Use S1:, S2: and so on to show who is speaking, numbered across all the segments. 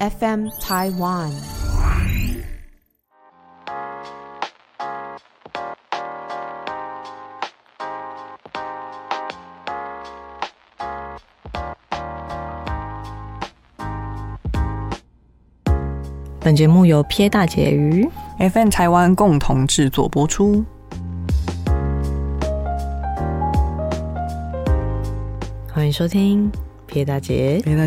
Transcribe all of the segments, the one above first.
S1: FM Taiwan。
S2: 本节目由撇大姐鱼
S3: FM 台湾共同制作播出。
S2: 欢迎收听撇大姐。
S3: 别大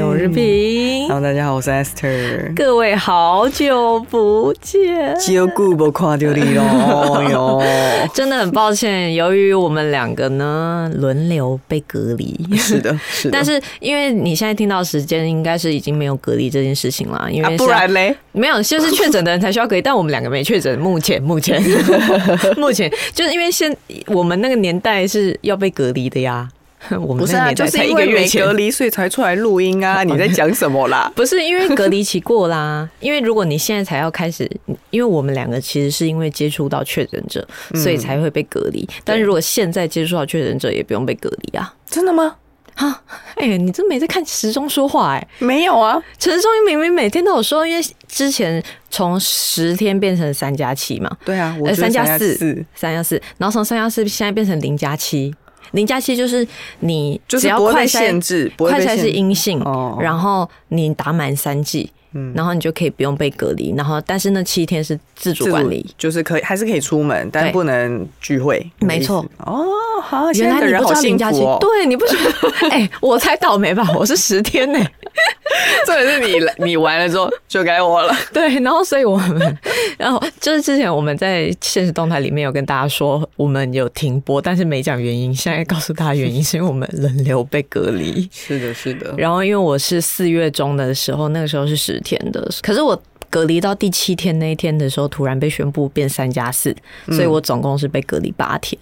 S2: 嗨，哎我是平，
S3: Hello，大家好，我是 Esther。
S2: 各位好久不见。
S3: 照顾不垮掉你 咯，哎呦，
S2: 真的很抱歉，由于我们两个呢轮流被隔离，
S3: 是的，是的，
S2: 但是因为你现在听到时间，应该是已经没有隔离这件事情啦，因为
S3: 啊
S2: 是、，
S3: 不然嘞，
S2: 没有，就是确诊的人才需要隔离，但我们两个没确诊，目前目 前目前就是因为现我们那个年代是要被隔离的呀，我们
S3: 不是
S2: 那个
S3: 啊，
S2: 年代
S3: 就是
S2: 才一
S3: 因
S2: 个
S3: 为
S2: 月
S3: 没
S2: 前
S3: 隔离，所以才出来录音 啊。你在讲什么啦？
S2: 不是因为隔离期过啦， 因为如果你现在才要开始，因为我们两个其实是因为接触到确诊者，
S3: 嗯
S2: 所以才会被隔离。但是如果现在接触到确诊者，也不用被隔离啊。
S3: 真的吗？
S2: 啊，哎、你真没在看时钟说话哎、
S3: 没有啊，
S2: 陈松英明明每天都有说，因为之前从十天变成三加七嘛，
S3: 对啊，我
S2: 呃
S3: 觉
S2: 三
S3: 得
S2: 加
S3: 四
S2: 四，三加四，然后从三加四现在变成零加七，零加七就是你
S3: 就是
S2: 只要
S3: 不会
S2: 快
S3: 被
S2: 筛
S3: 限制，不会
S2: 快
S3: 被
S2: 筛
S3: 限
S2: 是
S3: 制。
S2: 阴性，
S3: 哦
S2: 然后你打满三剂，
S3: 嗯
S2: 然后你就可以不用被隔离，然后但是那七天是自主
S3: 自主
S2: 管理。
S3: 就是可以，还是可以出门，但
S2: 对
S3: 不能聚会。
S2: 没错
S3: 你的意思哦，好，现
S2: 原
S3: 在
S2: 来
S3: 的
S2: 你
S3: 人
S2: 不
S3: 好
S2: 知道
S3: 幸
S2: 零加七
S3: 福，哦。
S2: 对，你不觉得？ 哎、我才倒霉吧，我是十天 呢、
S3: 重点是你来你完了之后就该我了。
S2: 对，然后所以我们，然后就是之前我们在现实动态里面有跟大家说，我们有停播，但是没讲原因。现在告诉大家原因，是因为我们轮流被隔离。
S3: 是的，是的，
S2: 然后因为我是四月中的时候，那个时候是十天的，可是我隔离到第七天那一天的时候，突然被宣布变三加四，所以
S3: 嗯
S2: 我总共是被隔离八天。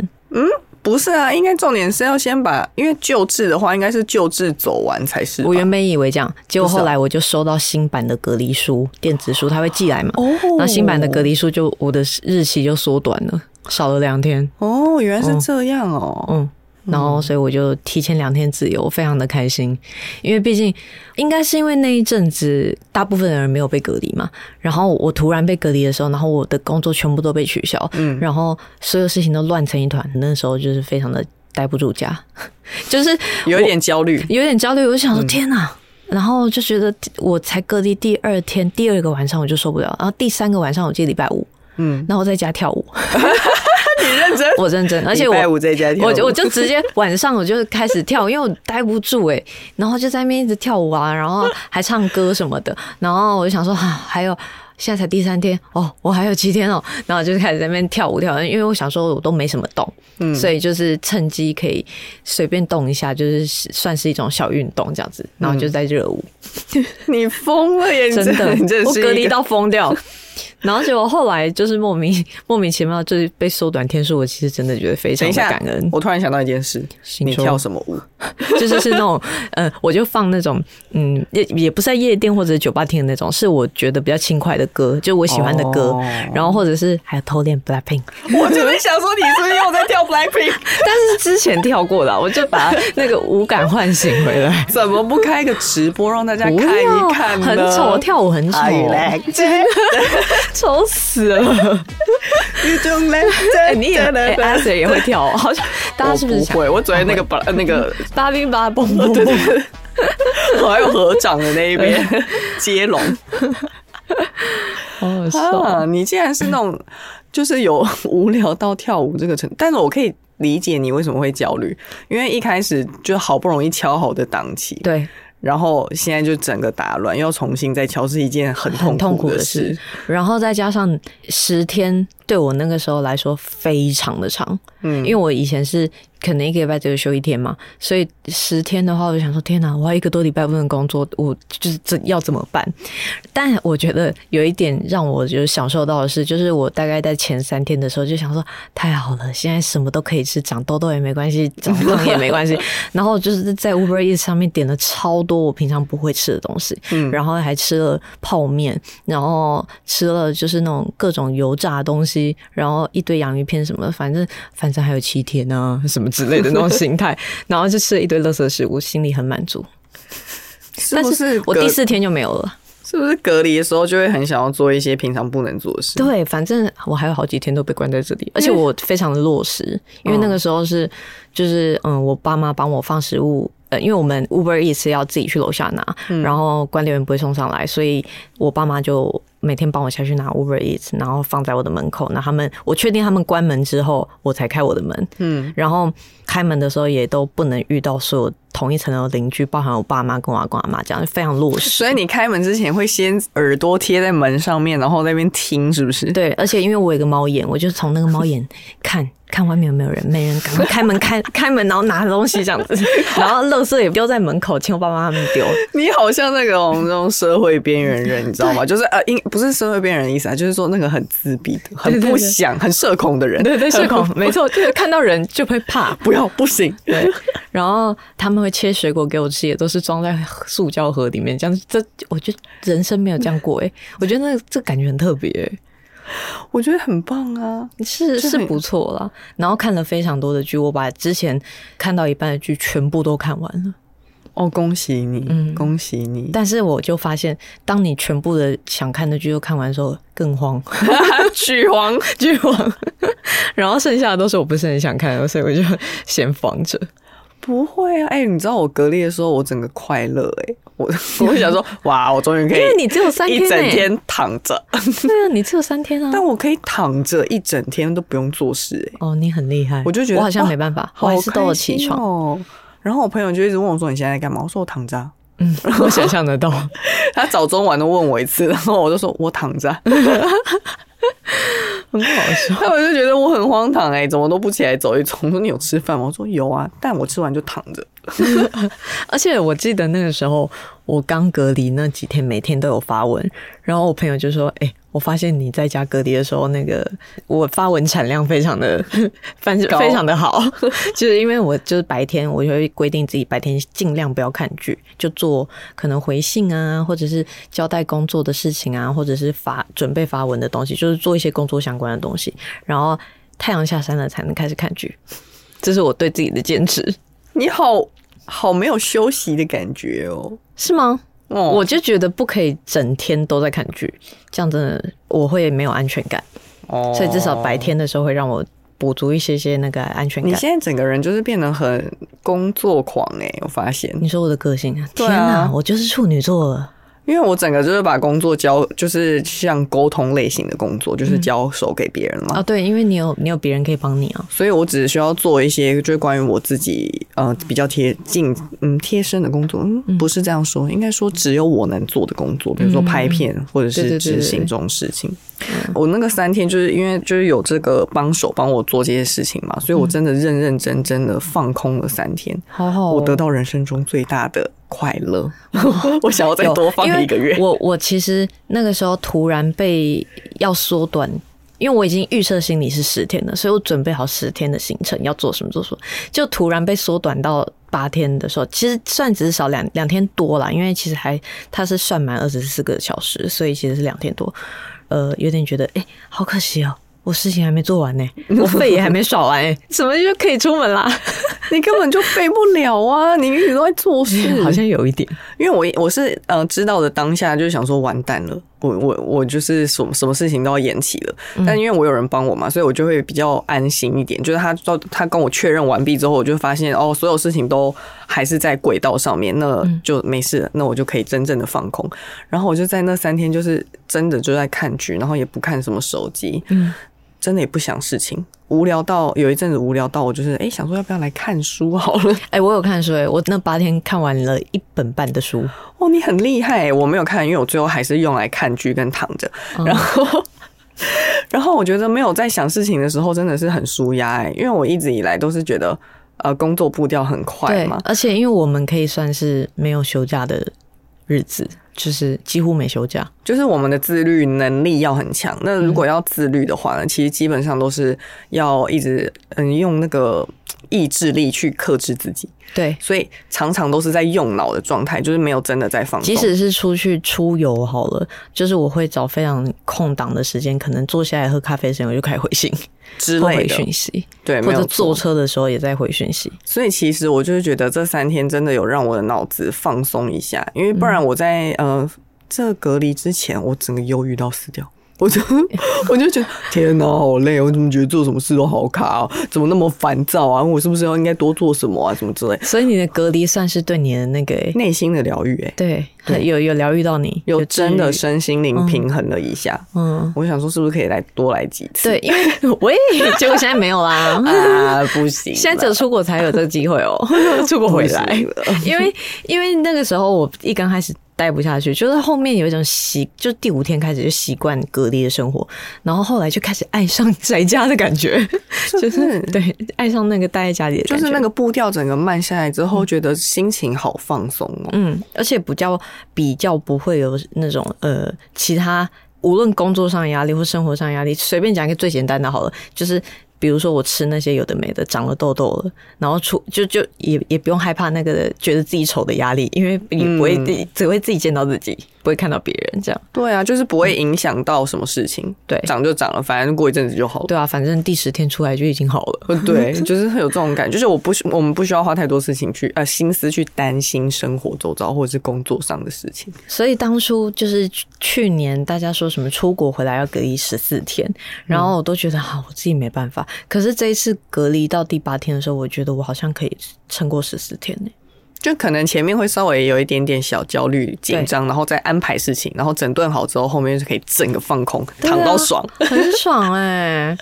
S3: 不是啊，应该重点是要先把，因为救治的话，应该是救治走完才是吧。
S2: 我原本以为这样，结果
S3: 不是啊
S2: 后来我就收到新版的隔离书，电子书它会寄来嘛，
S3: 哦，
S2: 那新版的隔离书就我的日期就缩短了，少了两天。
S3: 哦，原来是这样哦。
S2: 嗯，然后所以我就提前两天自由，非常的开心，因为毕竟应该是因为那一阵子大部分的人没有被隔离嘛，然后我突然被隔离的时候，然后我的工作全部都被取消，
S3: 嗯
S2: 然后所有事情都乱成一团，那时候就是非常的待不住家， 就是
S3: 有一点焦虑，
S2: 有点焦虑，我就
S3: 嗯
S2: 想说天哪、然后就觉得我才隔离第二天，第二个晚上我就受不了，然后第三个晚上我记得礼拜五，
S3: 嗯，
S2: 然后我在家跳舞，
S3: 你认真，
S2: 我认真，而且
S3: 礼拜
S2: 我
S3: 五在家跳舞，
S2: 我就我就直接晚上我就开始跳，因为我待不住哎、然后就在那边一直跳舞啊，然后还唱歌什么的，然后我就想说啊，还有现在才第三天哦，我还有七天哦，然后就开始在那边跳舞跳舞，因为我想说我都没什么动，
S3: 嗯
S2: 所以就是趁机可以随便动一下，就是算是一种小运动这样子，然后就在热舞，
S3: 你疯了耶！你
S2: 真的，
S3: 你嗯真的
S2: 我
S3: 是
S2: 隔离
S3: 一个
S2: 到疯掉。然后结果后来就是莫名莫名其妙就是被缩短天数，我其实真的觉得非常
S3: 等一
S2: 的
S3: 下
S2: 感恩。
S3: 我突然想到一件事，
S2: 请
S3: 你
S2: 说
S3: 跳什么舞？
S2: 就是是那种，呃，我就放那种，嗯，也也不是在夜店或者酒吧听的那种，是我觉得比较轻快的歌，就我喜欢的歌，
S3: 哦
S2: 然后或者是还有偷练 Blackpink，
S3: 我就是想说，你是不是又在跳 Blackpink？
S2: 但是之前跳过 的啊，我就把那个舞感唤醒回 来。
S3: 怎么不开个直播让大家看
S2: 不要
S3: 一看呢？
S2: 很丑，跳舞很丑，
S3: I like it,
S2: 丑死了！
S3: you don't like it
S2: 哎， 你也哎 a s 也会跳哦，好像大家是不是
S3: 我
S2: 想
S3: 不会？我昨天那个把那个
S2: 八冰八蹦蹦蹦？
S3: 我还有合掌的那一 边接龙
S2: 好好笑。
S3: 啊！你竟然是那种就是有无聊到跳舞这个程，但是我可以理解你为什么会焦虑，因为一开始就好不容易敲好的档期，
S2: 对，
S3: 然后现在就整个打乱，要重新再敲是一件很
S2: 很痛
S3: 痛
S2: 苦
S3: 苦
S2: 的
S3: 的
S2: 事
S3: 事。，
S2: 然后再加上十天，对我那个时候来说非常的长，
S3: 嗯
S2: 因为我以前是可能一个礼拜只有休一天嘛，所以十天的话，我就想说，天哪，我还有一个多礼拜不能工作，我就是这要怎么办？但我觉得有一点让我就是享受到的是，就是我大概在前三天的时候就想说，太好了，现在什么都可以吃，长痘痘也没关系，长胖也没关系。然后就是在 Uber Eats 上面点了超多我平常不会吃的东西，然后还吃了泡面，然后吃了就是那种各种油炸的东西，然后一堆洋芋片什么的，反正反正还有七天 啊什么之类的那种心态，然后就吃了一堆垃圾食物，心里很满足。
S3: 是
S2: 但
S3: 不
S2: 是
S3: 是
S2: 我
S3: 隔
S2: 第四天就没有了。
S3: 是不是隔离的时候就会很想要做一些平常不能做的事？
S2: 对，反正我还有好几天都被关在这里，而且我非常的落实，因为那个时候是就是嗯，我爸妈帮我放食物。呃，因为我们 Uber Eats 要自己去楼下拿，然后管理员不会送上来，所以我爸妈就每天帮我下去拿 Uber Eats，然后放在我的门口。那他们，我确定他们关门之后，我才开我的门。嗯，然后开门的时候也都不能遇到所有同一层楼的邻居，包含我爸妈跟我阿公阿妈，这样非常落实。
S3: 所以你开门之前会先耳朵贴在门上面，然后在那边听，是不是？
S2: 对，而且因为我有个猫眼，我就从那个猫眼看 看外面有没有人，没人， 赶快开门开开门，然后拿东西这样子，然后垃圾也丢在门口，请我爸妈他们丢。
S3: 你好像那个我们这种社会边缘人，你知道吗？就是呃，应不是社会边缘人的意思啊，就是说那个很自闭的、很
S2: 对对
S3: 不想、很社恐的人。对
S2: 对，社 恐，没错，就是看到人就会怕。
S3: 不要不行。
S2: 对，然后他们会切水果给我吃，也都是装在塑胶盒里面，这样这我觉得人生没有这样过诶、欸我觉得那这感觉很特别、欸。
S3: 我觉得很棒啊，
S2: 是
S3: 就是很
S2: 不错啦，然后看了非常多的剧，我把之前看到一半的剧全部都看完了。
S3: 哦，恭喜你，
S2: 嗯
S3: 恭喜你，
S2: 但是我就发现，当你全部的想看的剧都看完之后，更慌，
S3: 举皇。
S2: 剧荒。然后剩下的都是我不是很想看的，所以我就先放着。
S3: 不会啊，哎、你知道我隔离的时候，我整个快乐哎、我我想说，哇，我终于可以，
S2: 因为你只有三天
S3: 一整
S2: 欸
S3: 天躺着，
S2: 对啊，你只有三天啊
S3: 但！我可以躺着一整天都不用做事哎、
S2: 哦，你很厉害，
S3: 我就觉得
S2: 我好像没办法，我还是都有起
S3: 好
S2: 床。
S3: 开心哦。然后我朋友就一直问我说：“你现在在干嘛？”我说：“我躺着啊。
S2: 嗯， 我想象得 到。”
S3: 他早中晚都问我一次，然后我就说：“我躺着啊。”
S2: 很好笑。
S3: 那我就觉得我很荒唐哎、怎么都不起来走一走？我说：“你有吃饭吗？”我说：“有啊，但我吃完就躺着。
S2: 而且我记得那个时候，我刚隔离那几天，每天都有发文，然后我朋友就说：“哎、我发现你在家隔离的时候，那个我发文产量非常的，反正
S3: 高
S2: 非常的好， 就是因为我就是白天，我就会规定自己白天尽量不要看剧，就做可能回信啊，或者是交代工作的事情啊，或者是发准备发文的东西，就是做一些工作相关的东西，然后太阳下山了才能开始看剧，这是我对自己的坚持，”
S3: 你好好没有休息的感觉哦。
S2: 是吗？
S3: 哦，
S2: 我就觉得不可以整天都在看剧，这样真的我会没有安全感，
S3: 哦
S2: 所以至少白。天的时候会让我补足一些些那个安全
S3: 你
S2: 感。
S3: 现在整个人就是变得很工作狂哎、我发现，
S2: 你说我的个性啊，
S3: 对
S2: 天
S3: 啊
S2: 哪，我就是处女座了。
S3: 因为我整个就是把工作交，就是像沟通类型的工作，就是
S2: 嗯
S3: 交手给别人嘛。
S2: 哦，对，因为你有你有别人可以帮你啊。
S3: 所以我只需要做一些就是关于我自己呃比较贴近嗯贴身的工作，嗯，不是这样说，应该说只有我能做的工作，比如说拍片或者
S2: 嗯对对
S3: 是
S2: 对对嗯
S3: 执行这种事情。我那个三天就是因为就是有这个帮手帮我做这些事情嘛，
S2: 嗯
S3: 所以我真的认认真真的放空了三天，
S2: 好好哦
S3: 我得到人生中最大的快 乐。我想要再
S2: 有
S3: 多放
S2: 因为
S3: 一个月。
S2: 我我其实那个时候突然被要缩短，因为我已经预设心里是十天的，所以我准备好十天的行程要做什么做什么，就突然被缩短到八天的时候，其实算只是少两两天多啦，因为其实还它是算满二十四个小时，所以其实是两天多，呃，有点觉得哎、诶好可惜哦。我事情还没做完 呢、我肺也还没耍完、欸，怎么就可以出门啦？
S3: 你根本就飞不了啊！你一直都在做事，
S2: 好像有一点，
S3: 因为我我是呃知道的当下就是想说完蛋了，我我我就是什么什么事情都要延期了，但因为我有人帮我嘛，所以我就会比较安心一点。就是他到他跟我确认完毕之后，我就发现哦，所有事情都还是在轨道上面，那就没事了，那我就可以真正的放空。然后我就在那三天就是真的就在看剧，然后也不看什么手机，
S2: 嗯
S3: 真的也不想事情，无聊到有一阵子无聊到我就是哎、诶想说要不要来看书好了。
S2: 哎、我有看书、欸，我那八天看完了一本半的书，
S3: 哦，你很厉害欸！我没有看，因为我最后还是用来看剧跟躺着。
S2: 嗯
S3: 然后，然后我觉得没有在想事情的时候真的是很舒压哎，因为我一直以来都是觉得呃工作步调很快
S2: 对，
S3: 嘛。
S2: 而且因为我们可以算是没有休假的日子，就是几乎没休假。
S3: 就是我们的自律能力要很强。那如果要自律的话呢，其实基本上都是要一直嗯用那个意志力去克制自己，
S2: 对，
S3: 所以常常都是在用脑的状态，就是没有真的在放松。
S2: 即使是出去出游好了，就是我会找非常空档的时间，可能坐下来喝咖啡的时间，我就开始回信
S3: 之
S2: 或
S3: 类
S2: 回
S3: 的
S2: 讯，息，
S3: 对，
S2: 或
S3: 没
S2: 者
S3: 有
S2: 坐
S3: 错。
S2: 车的时候也在回讯 息。
S3: 所以其实我就是觉得这三天真的有让我的脑子放松一下，因为不然我在、
S2: 嗯
S3: 呃这隔离之前，我整个忧郁到死掉。 我就我就觉得天哪，好累！我怎么觉得做什么事都好卡哦、怎么那么烦躁啊？我是不是要应该多做什么啊？什么之类，
S2: 所以你的隔离算是对你的那个、欸
S3: 内心的疗愈，哎，
S2: 对，有有疗愈到你，
S3: 有
S2: 治
S3: 真的
S2: 愈
S3: 身心灵平衡了一下。
S2: 嗯，
S3: 我想说，是不是可以来多来几次？
S2: 对，因 为喂，结果现在没有啦，
S3: 啊，不行了，
S2: 现在只有出国才有这个机 会哦、出国
S3: 不
S2: 回
S3: 行
S2: 来。
S3: 了
S2: 因为因为那个时候我一刚开始待不下去，就是后面有一种习，就第五天开始就习惯隔离的生活，然后后来就开始爱上宅家的感觉， 就是对爱上那个待在家里的
S3: 就
S2: 感觉，
S3: 是那个步调整个慢下来之后，觉得心情好放松哦。
S2: 嗯，而且比较比较不会有那种呃其他。无论工作上的压力或生活上的压力，随便讲一个最简单的好了，就是比如说我吃那些有的没的，长了痘痘了，然后出就就也也不用害怕那个觉得自己丑的压力，因为你不会、
S3: 嗯
S2: 只会自己见到自己，不会看到别人这样。
S3: 对啊，就是不会影响到什么事情，
S2: 嗯对
S3: 长就长了，反正过一阵子就好了。
S2: 对啊，反正第十天出来就已经好了。
S3: 对，就是会有这种感觉，就是我不需我们不需要花太多事情去呃心思去担心生活周遭或者是工作上的事情。
S2: 所以当初就是去去年大家说什么出国回来要隔离十四天，
S3: 嗯
S2: 然后我都觉得啊，我自己没办法。可是这一次隔离到第八天的时候，我觉得我好像可以撑过十四天呢、
S3: 就可能前面会稍微有一点点小焦虑、紧张，然后再安排事情，然后整顿好之后，后面就可以整个放空，
S2: 对啊
S3: 躺到爽。
S2: 很爽 哎、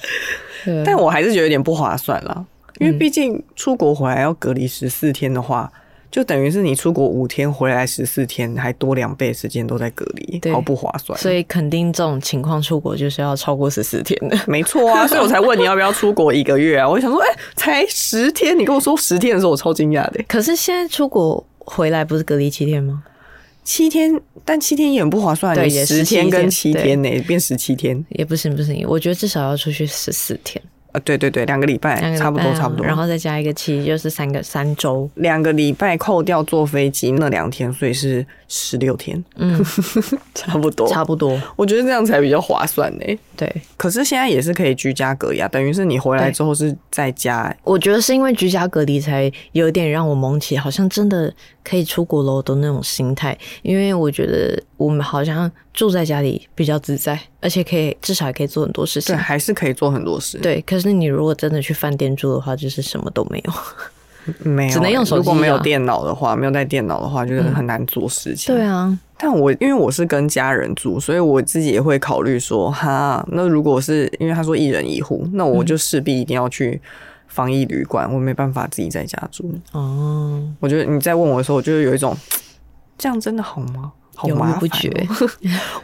S2: 对嗯
S3: 但我还是觉得有点不划算啦，因为毕竟出国回来要隔离十四天的话，就等于是你出国五天回来十四天，还多两倍的时间都在隔离，
S2: 对
S3: 好不划算。
S2: 所以肯定这种情况出国就是要超过十四天的。
S3: 没错啊，所以我才问你要不要出国一个月啊？我就想说，哎、才十天，你跟我说十天的时候，我超惊讶的、
S2: 可是现在出国回来不是隔离七天吗？
S3: 七天，但七天也很不划算，
S2: 对
S3: 你
S2: 也
S3: 十
S2: 17
S3: 天跟
S2: 天
S3: 七
S2: 对
S3: 天呢、变十七天
S2: 也不行不行，我觉得至少要出去十四天，
S3: 啊？对对对，两个礼
S2: 两
S3: 拜，
S2: 个礼
S3: 哎差不
S2: 拜
S3: 多
S2: 啊
S3: 差不多。
S2: 然后再加一个七，就是三个三周。
S3: 两个礼拜扣掉坐飞机那两天，所以是十六天，
S2: 嗯，
S3: 差不多。
S2: 差不多。
S3: 我觉得这样才比较划算呢、
S2: 对，
S3: 可是现在也是可以居家隔离啊，等于是你回来之后是在家、欸。
S2: 我觉得是因为居家隔离才有点让我萌起，好像真的可以出国喽的那种心态。因为我觉得我们好像住在家里比较自在，而且可以至少也可以做很多事
S3: 对，
S2: 情。
S3: 还是可以做很多事。，
S2: 对，可是你如果真的去饭店住的话，就是什么都没有。
S3: 没有欸、
S2: 只能用手机啊嗯
S3: 如果没有电脑的话，没有带电脑的话，就是很难做事情。
S2: 对啊，
S3: 但我因为我是跟家人住，所以我自己也会考虑说，哈，那如果是因为他说一人一户，那我就势必一定要去防疫旅馆，我没办法自己在家住。
S2: 哦，
S3: 我觉得你在问我的时候，我就有一种这样真的好吗？好
S2: 犹
S3: 麻
S2: 豫
S3: 烦哦
S2: 不决。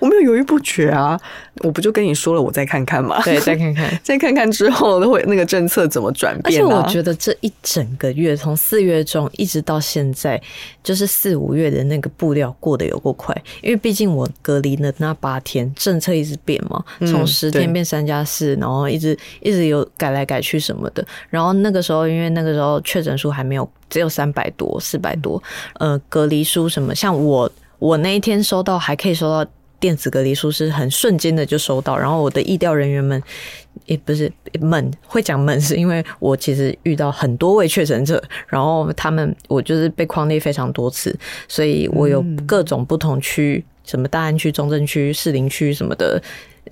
S3: 我没有犹豫不决啊！我不就跟你说了，我再看看嘛。
S2: 对，再看看。
S3: 再看看之后会那个政策怎么转
S2: 而
S3: 变、
S2: 且
S3: 啊。
S2: 我觉得这一整个月，从四月中一直到现在，就是四五月的那个步调过得有够快，因为毕竟我隔离的那八天，政策一直变嘛，从十
S3: 对
S2: 天变三加四，然后一直一直有改来改去什么的。然后那个时候，因为那个时候确诊数还没有只有三百多、四百多，呃，隔离书什么，像我我那一天收到还可以收到。电子隔离书是很瞬间的就收到，然后我的疫调人员们也不是闷，会讲闷是因为我其实遇到很多位确诊者，然后他们我就是被框列非常多次，所以我有
S3: 嗯
S2: 各种不同区，什么大安区、中正区、士林区什么的。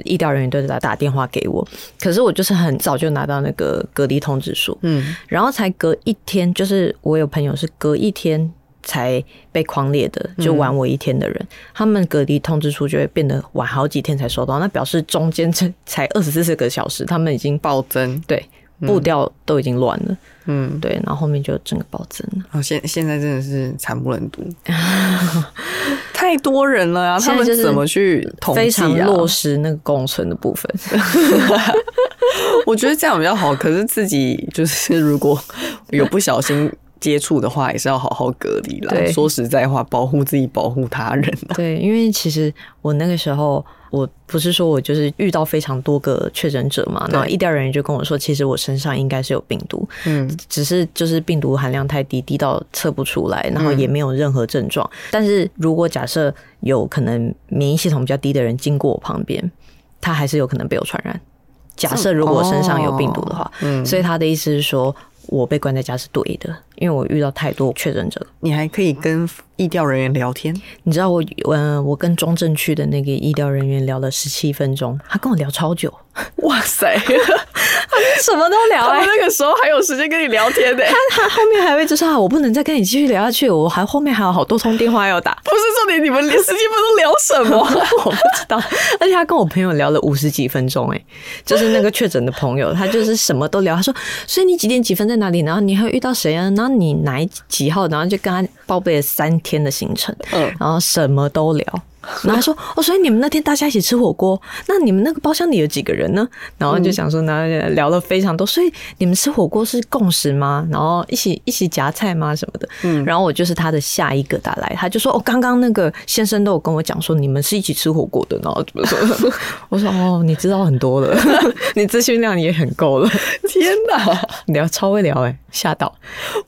S2: 医疗人员都打打电话给我，可是我就是很早就拿到那个隔离通知书，
S3: 嗯，
S2: 然后才隔一天，就是我有朋友是隔一天才被框列的，就晚我一天的人，他们隔离通知书就会变得晚好几天才收到，那表示中间这才二十四个小时，他们已经
S3: 暴增，
S2: 对步调都已经乱了，
S3: 嗯，
S2: 对，然后后面就整个暴增了。
S3: 啊，现现在真的是惨不忍 睹，太多人了啊！他
S2: 现在
S3: 们
S2: 就是
S3: 怎么去统
S2: 非
S3: 计
S2: 常
S3: 啊？
S2: 落实那个共存的部分，
S3: 我觉得这样比较好，可是自己就是如果有不小心接触的话，也是要好好隔离啦。
S2: 对
S3: 说实在话，保护自己，保护他人啊。
S2: 对，因为其实我那个时候，我不是说我就是遇到非常多个确诊者嘛，
S3: 对
S2: 然后医调人员就跟我说，其实我身上应该是有病毒，
S3: 嗯，
S2: 只是就是病毒含量太低，低到测不出来，然后也没有任何症状。但是如果假设有可能免疫系统比较低的人经过我旁边，他还是有可能被我传染。假设如果我身上有病毒的话，
S3: 嗯
S2: 所以他的意思是说我被关在家是对的，因为我遇到太多确诊者了
S3: 你还可以跟医调人员聊天，
S2: 你知道我，嗯、我跟中正区的那个医疗人员聊了十七分钟，他跟我聊超久，
S3: 哇塞，
S2: 什么都聊
S3: 他
S2: 哎、
S3: 们那个时候还有时间跟你聊天呢、
S2: 他后面还会就说啊，我不能再跟你继续聊下去，我还后面还有好多通电话要打，
S3: 不是重点，你们连十几分钟聊什么？
S2: 我不知道。 而且他跟我朋友聊了五十几分钟、哎，就是那个确诊的朋友，他就是什么都聊。他说，所以你几点几分在哪里？然后你还会遇到谁啊？然后你哪一几号？然后就跟他报备了三天的行程，
S3: 嗯
S2: 然后什么都聊。然后说哦，所以你们那天大家一起吃火锅，那你们那个包厢里有几个人呢？然后就
S3: 嗯
S2: 想说，然后聊了非常多。所以你们吃火锅是共识吗？然后一起一起夹菜吗？什么的。嗯。然后我就是他的下一个打来，他就说哦，刚刚那个先生都有跟我讲说你们是一起吃火锅的，然后怎么怎么。 我说哦，你知道很多了，你资讯量也很够了，
S3: 天哪，
S2: 聊超会聊哎、吓到。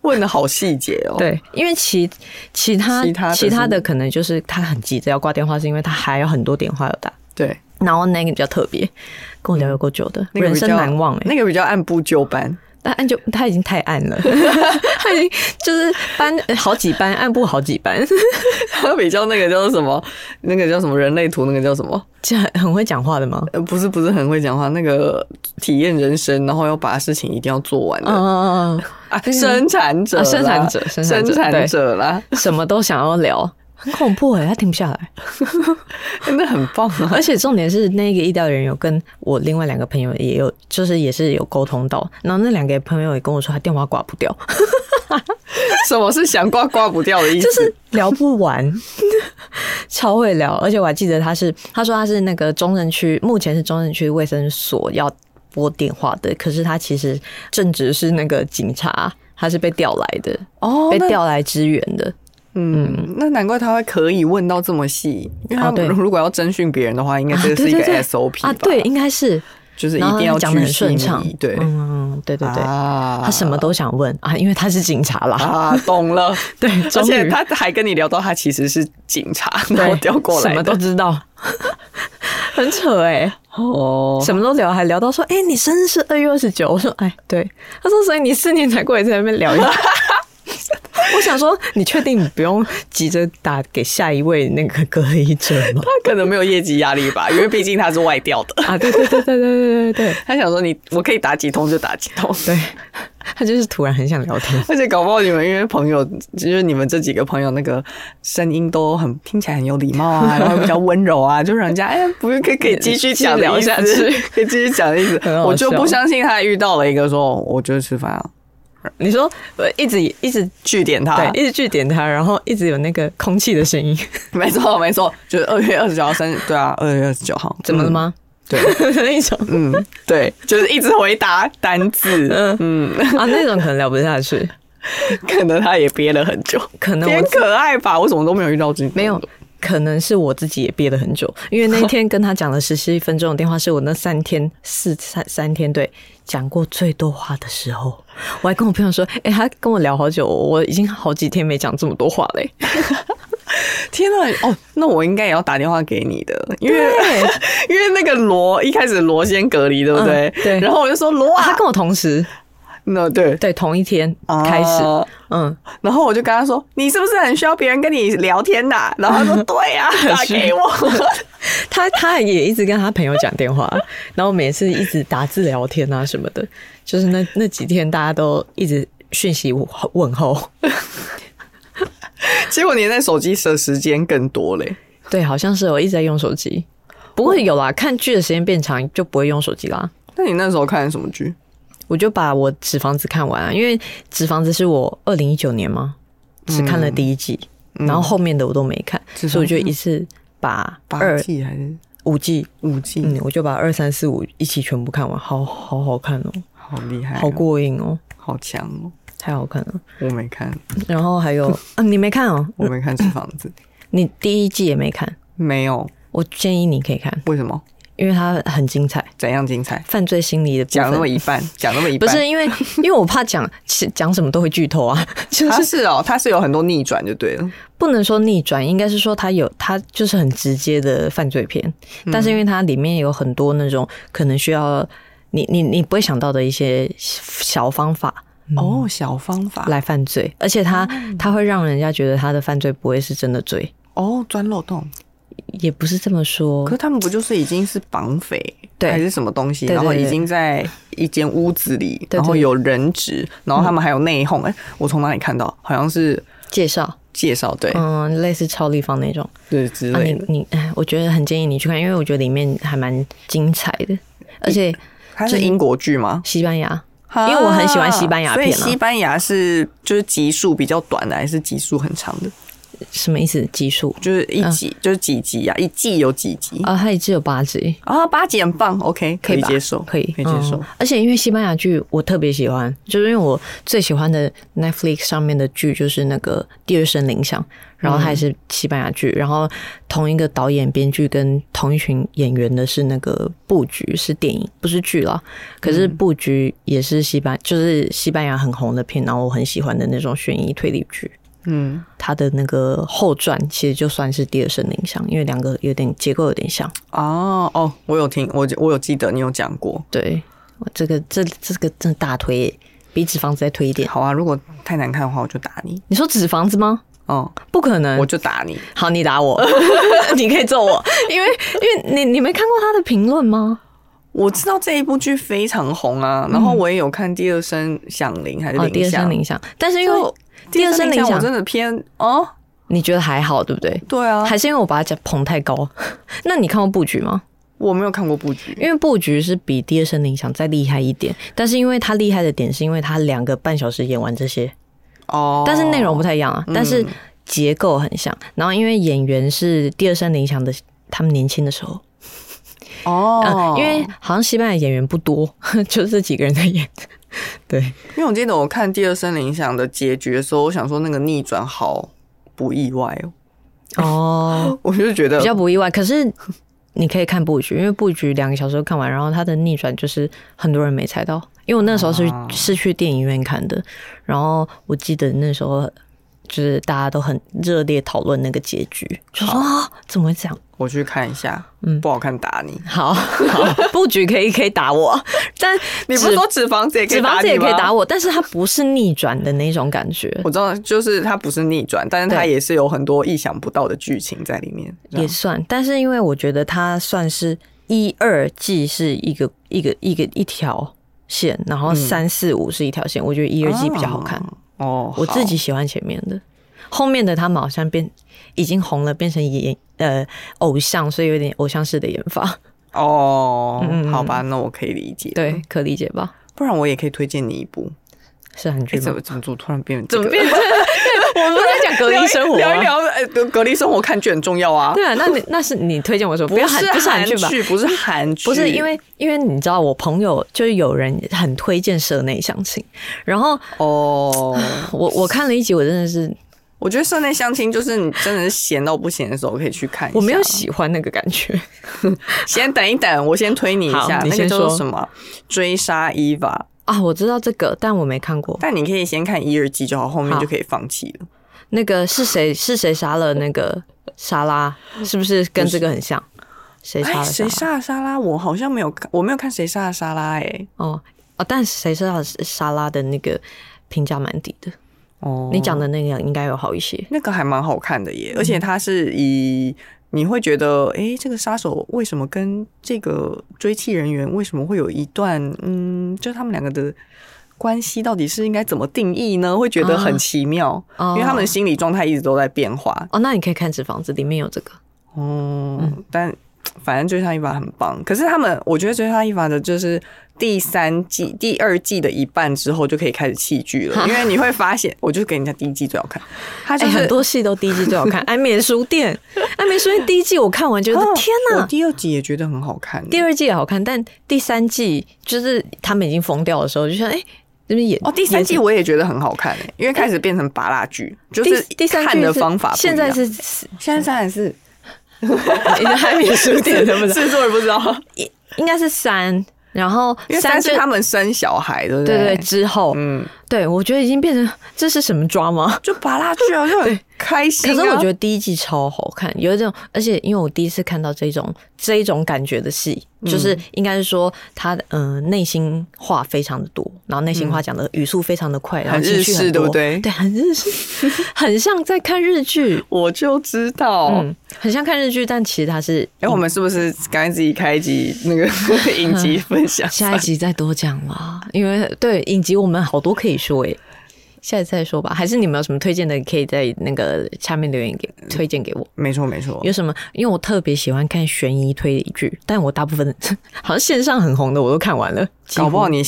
S3: 问的好细节哦。，
S2: 对，因为其其他
S3: 其他的
S2: 其他
S3: 是
S2: 的可能就是他很急着要挂电话，是因为他还有很多电话要打。
S3: 对，
S2: 然后那个比较特别，跟我聊有够久的，
S3: 那个
S2: 人
S3: 比较
S2: 生难忘哎、欸。
S3: 那个比较按部就班。
S2: 但按就他已经太暗 了，他已经就是班呃好几班，按部好几班，
S3: 他 比较那个叫做什么？那个叫什么人类图？那个叫什么？
S2: 这很很会讲话的吗？
S3: 呃，不是不是很会讲话，那个体验人生，然后要把事情一定要做完的、
S2: 嗯嗯嗯
S3: 啊，生产者啦、
S2: 啊生产者生产者
S3: 生产者啦，
S2: 嗯，什么都想要聊， 很恐怖哎、他停不下来。
S3: 真的很棒啊！
S2: 而且重点是，那个医疗人有跟我另外两个朋友也有，就是也是有沟通到，然后那两个朋友也跟我说，他电话挂不掉，
S3: 什么是想挂挂不掉的意 思？
S2: 就是聊不完， 超会聊。而且我还记得他是，他说他是那个中正区，目前是中正区卫生所要拨电话的，可是他其实正职是那个警察，他是被调来的，
S3: 哦
S2: 被
S3: 那
S2: 调来支援的。
S3: 嗯，那难怪他会可以问到这么细，因为他
S2: 哦对
S3: 如果要征询别人的话，应该这
S2: 啊
S3: 是一个
S2: 对对对
S3: SOP 吧？
S2: 啊，对，，应该是，
S3: 就是一
S2: 然后
S3: 定
S2: 他
S3: 要
S2: 讲的很
S3: 巨细
S2: 顺畅
S3: 靡遗，对，
S2: 嗯，对对对。
S3: 啊
S2: 他什么都想问啊，因为他是警察啦。
S3: 啊，懂了。
S2: 对，
S3: 而
S2: 终
S3: 且
S2: 于
S3: 他还跟你聊到，他其实是警察，然后
S2: 对
S3: 调过来的，
S2: 什么都知道， 很扯哎、
S3: 哦，
S2: 什么都聊，还聊到说，哎、你生日是二月二十九，我说，哎，对，他说，所以你四年才过一次，在那边聊一下。 我想说，你确定你不用急着打给下一位那个隔离者吗？
S3: 他可能没有业绩压力吧，因为毕竟他是外调 的。
S2: 啊，对对对对对对对对
S3: 他想说你，我可以打几通就打几通。
S2: 对，他就是突然很想聊天。
S3: 而且搞不好你们因为朋友，就是你们这几个朋友，那个声音都很听起来很有礼 貌啊，然后比较温柔啊，就让人家哎，不用可以可以继续讲的
S2: 聊
S3: 意思
S2: 下去，
S3: 可以继续讲的意思
S2: 很。好
S3: 我就
S2: 笑
S3: 不相信他遇到了一个说，我就去吃饭啊，
S2: 你说，呃，一直一直
S3: 据点他。
S2: 对，一直据点他，然后一直有那个空气的声音，
S3: 没错没错，就是二月二十九号生日，对啊，二月二十九号，
S2: 怎么了
S3: 嗯？
S2: 吗？
S3: 对，
S2: 那种
S3: 嗯，对， 就是一直回答单字，
S2: 嗯啊，那种可能聊不下 去，
S3: 可能他也憋了很久。
S2: 可能我
S3: 偏可爱吧，我怎么都没有遇到这种
S2: 没有，可能是我自己也憋了很久，因为那一天跟他讲了十七分钟的电话，是我那三天四三三天对讲过最多话的时候。我还跟我朋友说，哎、他跟我聊好久，我已经好几天没讲这么多话嘞、
S3: 天呐，哦，那我应该也要打电话给你的，因为
S2: 对，
S3: 因为那个罗一开始罗先隔离，对不对？
S2: 嗯对
S3: 然后我就说罗
S2: 他
S3: 啊，
S2: 跟我同时
S3: 那对
S2: 对同一天
S3: 啊
S2: 开始，嗯，
S3: 然后我就跟他说，你是不是很需要别人跟你聊天呐、然后 他说对呀、打给我。
S2: 他他也一直跟他朋友讲电话， 然后每次一直打字聊天啊什么的，就是那那几天大家都一直讯息问候。
S3: 结果你在手机的时间更多嘞。
S2: 对，好像是我一直在用手机。不过有啦，看剧的时间变长就不会用手机啦。
S3: 那你那时候看什么剧？
S2: 我就把我《纸房子》看完啊，因为《纸房子》是我二零一九年嘛，只看了第一季，然后后面的我都没看，
S3: 嗯纸房子嗯
S2: 所以我就一次把
S3: 八
S2: 二
S3: 季还是
S2: 五季，
S3: 五季？
S2: 嗯，我就把二三四五一起全部看完，好好好看哦，
S3: 好厉害、啊
S2: 好，过瘾哦，
S3: 好强哦！
S2: 太好看了。
S3: 我没看，
S2: 然后还 有，嗯，你没看哦，
S3: 我没看《纸房子》，
S2: 你第一季也没看，
S3: 没有，
S2: 我建议你可以看，
S3: 为什么？
S2: 因为它很精彩，
S3: 怎样精彩？
S2: 犯罪心理的部分
S3: 讲那么 一半，讲那么一
S2: 不
S3: 半，
S2: 是因为， 因为我怕讲其讲什么都会剧透啊， 就
S3: 它
S2: 是
S3: 是哦，它是有很多逆转就对了。
S2: 不能说逆转，应该是说它有它就是很直接的犯罪片，
S3: 嗯
S2: 但是因为它里面有很多那种可能需要你你你不会想到的一些小方法
S3: 哦，小方法
S2: 嗯来犯罪，而且它
S3: 嗯
S2: 它会让人家觉得他的犯罪不会是真的罪，
S3: 哦，钻漏洞。
S2: 也不是这么说
S3: 可，是他们不就是已经是绑匪，
S2: 对
S3: 还是什么东西，
S2: 对对
S3: 然后已
S2: 对
S3: 经在一间屋子里，
S2: 对
S3: 然后
S2: 对嗯
S3: 有人质，然后他们还有内讧。哎、我从哪里看到？好像是
S2: 介绍
S3: 介绍，对、
S2: 嗯类似超立方那种。
S3: 对之
S2: 啊，
S3: 类
S2: 你
S3: 的。
S2: 你， 哎，我觉得很建议你去看，因为我觉得里面还蛮精彩的，而且
S3: 它是英国剧吗？
S2: 西班牙，因为我很喜欢西班牙
S3: 所
S2: 片
S3: 以
S2: 啊
S3: 西班牙是就是集数比较短的，还是集数很长的？
S2: 什么意思？集数
S3: 就是一集、
S2: 嗯
S3: 就是几集啊？一季有几集？
S2: 啊，它一直有八集，
S3: 啊，八集很棒，OK，可以
S2: 吧
S3: 接受，
S2: 可以
S3: 可以接受
S2: 嗯。而且因为西班牙剧我特别喜欢，就是因为我最喜欢的 Netflix 上面的剧就是那个《第二声铃响》，然后它
S3: 嗯
S2: 也是西班牙剧，然后同一个导演、编剧跟同一群演员的是那个《布局》，是电影不是剧啦。可是
S3: 嗯
S2: 《布局》也是西班，就是西班牙很红的片，然后我很喜欢的那种悬疑推理剧。
S3: 嗯，
S2: 它的那个后传其实就算是《第二声铃响》，因为两个有点结构有点像。
S3: 哦哦，我有听，我我有记得你有讲过，
S2: 对，我这个这这个真的大推耶，比脂肪子再推一点。
S3: 好啊，如果太难看的话，我就打你。
S2: 你说脂肪子吗？
S3: 哦，
S2: 不可能
S3: 我，就打你。
S2: 好，你打 我，你可以揍我，因为因为你你没看过他的评论吗？
S3: 我知道这一部剧非常红啊，然后我也有看《第二声响铃》还是
S2: 嗯哦，
S3: 铃
S2: 第二
S3: 响
S2: 声》铃响，但是因为
S3: 就第二声铃
S2: 第二声铃响
S3: 响，我真的偏哦，
S2: 你觉得还好，对不对？
S3: 对啊，
S2: 还是因为我把它讲捧太高？ 那你看过布局吗？
S3: 我没有看过布局，
S2: 因为布局是比第二声铃响再厉害一点，但是因为它厉害的点是因为它两个半小时演完这些，
S3: 哦，嗯
S2: 但是内容不太一样啊，但是结构很像。然后因为演员是第二声铃响的，他们年轻的时候，
S3: 哦
S2: 嗯，，因为好像西班牙演员不多， 就这几个人在演。 对，
S3: 因为我记得我看《第二声铃响》的结局的时候，我想说那个逆转好不意外哦，
S2: 哦，
S3: 我就觉得
S2: 比较不意外。可是你可以看布局，因为布局两个小时就看完，然后它的逆转就是很多人没猜到，因为我那时候是、
S3: 哦
S2: 是去电影院看的，然后我记得那时候。就是大家都很热烈讨论那个结局，就说啊，怎么会这样？
S3: 我去看一下，
S2: 嗯
S3: 不好看打你。
S2: 好好， 布局可以可以打我，但
S3: 你不是说脂肪子也可以
S2: 脂肪
S3: 打
S2: 子
S3: 你
S2: 也可以
S3: 吗
S2: 打我，但是它不是逆转的那种感觉，
S3: 我知道，就是它不是逆转，但是它
S2: 对
S3: 也是有很多意想不到的剧情在里面。这
S2: 也
S3: 样
S2: 算。但是因为我觉得它算是一二季是一个一个一个一条线，然
S3: 嗯
S2: 后三四五是一条线，我觉得一二
S3: 啊
S2: 季比较好看，
S3: 哦。
S2: 我自己
S3: 好
S2: 喜欢前面的。后面的他们好像变已经红了，变成演呃偶像，所以有点偶像式的演法，
S3: 哦，
S2: 嗯
S3: 好吧，那我可以理解。
S2: 对，，可理解吧？
S3: 不然我也可以推荐你一部。
S2: 是韩剧
S3: 哎，怎
S2: 吗？
S3: 么怎么怎么突然变
S2: 怎么变成？ 我们不在讲隔
S3: 隔
S2: 离生活吗啊
S3: 聊一聊， 哎，隔隔离生活看剧很重要 啊。
S2: 对啊，那你那是你推荐我说不要
S3: 不
S2: 韩
S3: 是
S2: 不是韩
S3: 韩
S2: 剧吧？嗯
S3: 剧，不是韩剧，
S2: 不是因为因为你知道我朋友就是有人很推荐社内相亲，然后
S3: 哦，
S2: 我我看了一集，我真的是
S3: 我觉得室内相亲就是你真的是闲到不闲的时候可以去看一下。
S2: 我没有喜欢那个感觉，
S3: 先等一等，我先推你一
S2: 好
S3: 下，
S2: 你
S3: 那个
S2: 先
S3: 叫做
S2: 说
S3: 什么《追杀伊娃》。
S2: 啊，我知道这个，但我没看过。
S3: 但你可以先看一二季就好，后面
S2: 好
S3: 就可以放弃了。
S2: 那个是谁 是谁杀了那个莎拉？是不是跟这个很像？谁杀
S3: 哎，
S2: 了
S3: 谁
S2: 莎拉？
S3: 杀了莎拉？我好像没有看，我没有看谁杀了莎拉、哎，
S2: 哦哦，但谁杀了莎拉的那个评价蛮低的，
S3: 哦
S2: 你讲的那个应该有好一些。
S3: 那个还蛮好看的
S2: 嗯
S3: 耶，而且它是以你会觉得，哎、这个杀手为什么跟这个追妻人员为什么会有一段，嗯，就他们两个的。关系到底是应该怎么定义呢？会觉得很
S2: 啊
S3: 奇妙，
S2: 哦
S3: 因为他们的心理状态一直都在变化。
S2: 哦，那你可以看《纸房子》，里面有这个。
S3: 哦、但反正追杀一法很棒。可是他们，我觉得追杀一法的就是第三季、第二季的一半之后就可以开始弃剧 了，因为你会发现，我就给人家第一季最好看，它就
S2: 哎、
S3: 是、
S2: 很多戏都第一季最 好看，《安眠书店》《安眠书店》第一季我看完觉得
S3: 啊
S2: 天
S3: 我
S2: 哪，
S3: 第二集也觉得很好看，
S2: 第二季也好看，但第三季就是他们已经疯掉的时候，就像哎、那边演
S3: 哦，第三季
S2: 演
S3: 我也觉得很好看、欸，因为开始变成拔蜡剧，就是
S2: 第第三季
S3: 看的方法不一样。
S2: 现在是
S3: 现在三还是
S2: 你的还没数点对不对？
S3: 制作人不知道，
S2: 应应该是三，然后
S3: 因为
S2: 三
S3: 三
S2: 就是
S3: 他们生小孩，对不
S2: 对对
S3: 对
S2: 之后，
S3: 嗯，
S2: 对我觉得已经变成这是什么抓吗？
S3: 就拔蜡剧啊，就很开心、
S2: 可
S3: 啊。
S2: 是我觉得第一季超好看，有一种，而且因为我第一次看到这种这一种感觉的戏，就是应该是说他的嗯、呃内心话非常的多，然后内心话讲的语速非常的快，然后
S3: 很
S2: 情
S3: 日
S2: 绪嗯
S3: 式
S2: 很
S3: 对不
S2: 多，
S3: 对
S2: 对，很日式， 很像在看日剧，
S3: 我就知道。
S2: 嗯，很像看日剧，但其实它是
S3: 哎、我们是不是刚才自己开一集那 个影集分享？
S2: 下一集再多讲啦， 因为对影集我们好多可以说诶、下一次再说吧。还是你们有什么推荐的，可以在那个下面留言给推荐给我。
S3: 没错没错，
S2: 有什么？因为我特别喜欢看悬疑推理剧，但我大部分 好像线上很红的我都看完了，几乎
S3: 搞不好你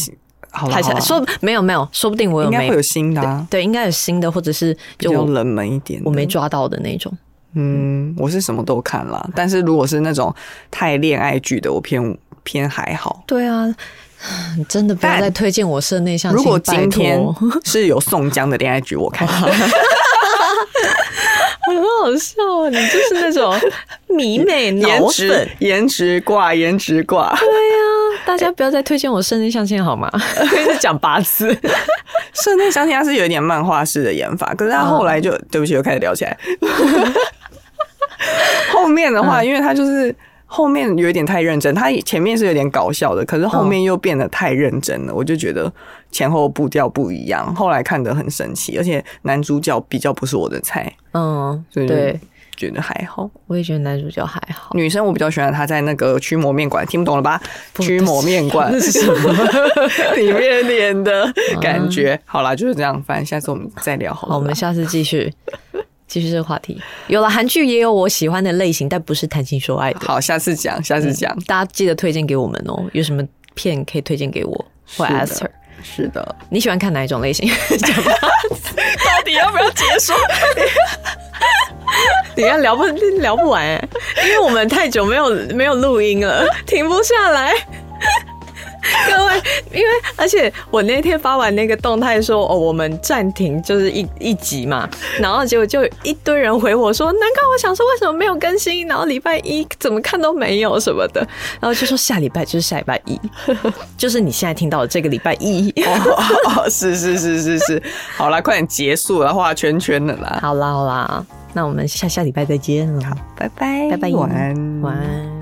S3: 好了
S2: 还
S3: 好
S2: 是
S3: 啦
S2: 说没有没有，说不定我有
S3: 应该
S2: 没
S3: 会有新的、啊，
S2: 对，应该有新的，或者是
S3: 比
S2: 就
S3: 较
S2: 我
S3: 冷门一点的。
S2: 我没抓到的那种。
S3: 嗯，我是什么都看啦，但是如果是那种太恋爱剧的，我偏偏还好。
S2: 对啊， 你真的不要
S3: 但
S2: 再推荐我社内相亲，
S3: 如果
S2: 拜
S3: 今
S2: 托
S3: 天是有宋江的恋爱剧，我看
S2: 很好笑啊，你就是那 种迷妹
S3: 颜
S2: 脑
S3: 值
S2: 粉。
S3: 颜值挂颜值挂，
S2: 对呀、大家不要再推荐我生日相亲好吗？讲八次，
S3: 室内相亲他是有一点漫画式的演法，可是他后来就、对不起，又开始聊起 来。后面的
S2: 嗯
S3: 话，因为他就是后面有一点太认真，他前面是有点搞笑的，可是后面又变得太认真
S2: 嗯
S3: 了，我就觉得前后步调不一样，后来看得很生气，而且男主角比较不是我的菜，
S2: 嗯，
S3: 所以
S2: 对，
S3: 就觉得还好。
S2: 我也觉得男主角还好。
S3: 女生我比较喜欢她在那个驱魔面馆，听不懂了吧？
S2: 不
S3: 驱魔面馆
S2: 那是什么？ 嗯
S3: 里面演的感觉，好啦，就是这样，反正下次我们再聊好了。
S2: 好，我们下次继续 继续这个话题。有了韩剧也有我喜欢的类型，但不是谈情说爱的。
S3: 好，下次讲，下次讲。
S2: 大家记得推荐给我们哦，有什么片可以推荐给我或
S3: 是的
S2: Esther？
S3: 是的，
S2: 你喜欢看哪一种类型？ 讲吧，
S3: 到底要不要结束？
S2: 你看聊不聊不完、欸，因为我们太久没有没有录音了，停不下来。 各位，因为而且我那天发完那个动态说哦，我们暂停就是一一集嘛，然后结果就有一堆人回我说，难怪我想说为什么没有更新，然后礼拜一怎么看都没有什么的，然后就说下礼拜就是下礼拜一，就是你现在听到的这个礼拜一。
S3: 哦，是是是是是，好啦，快点结束了，画圈圈了啦，
S2: 好啦好啦，那我们下下礼拜再见了，
S3: 拜拜，
S2: 拜拜，
S3: 晚安，
S2: 晚安。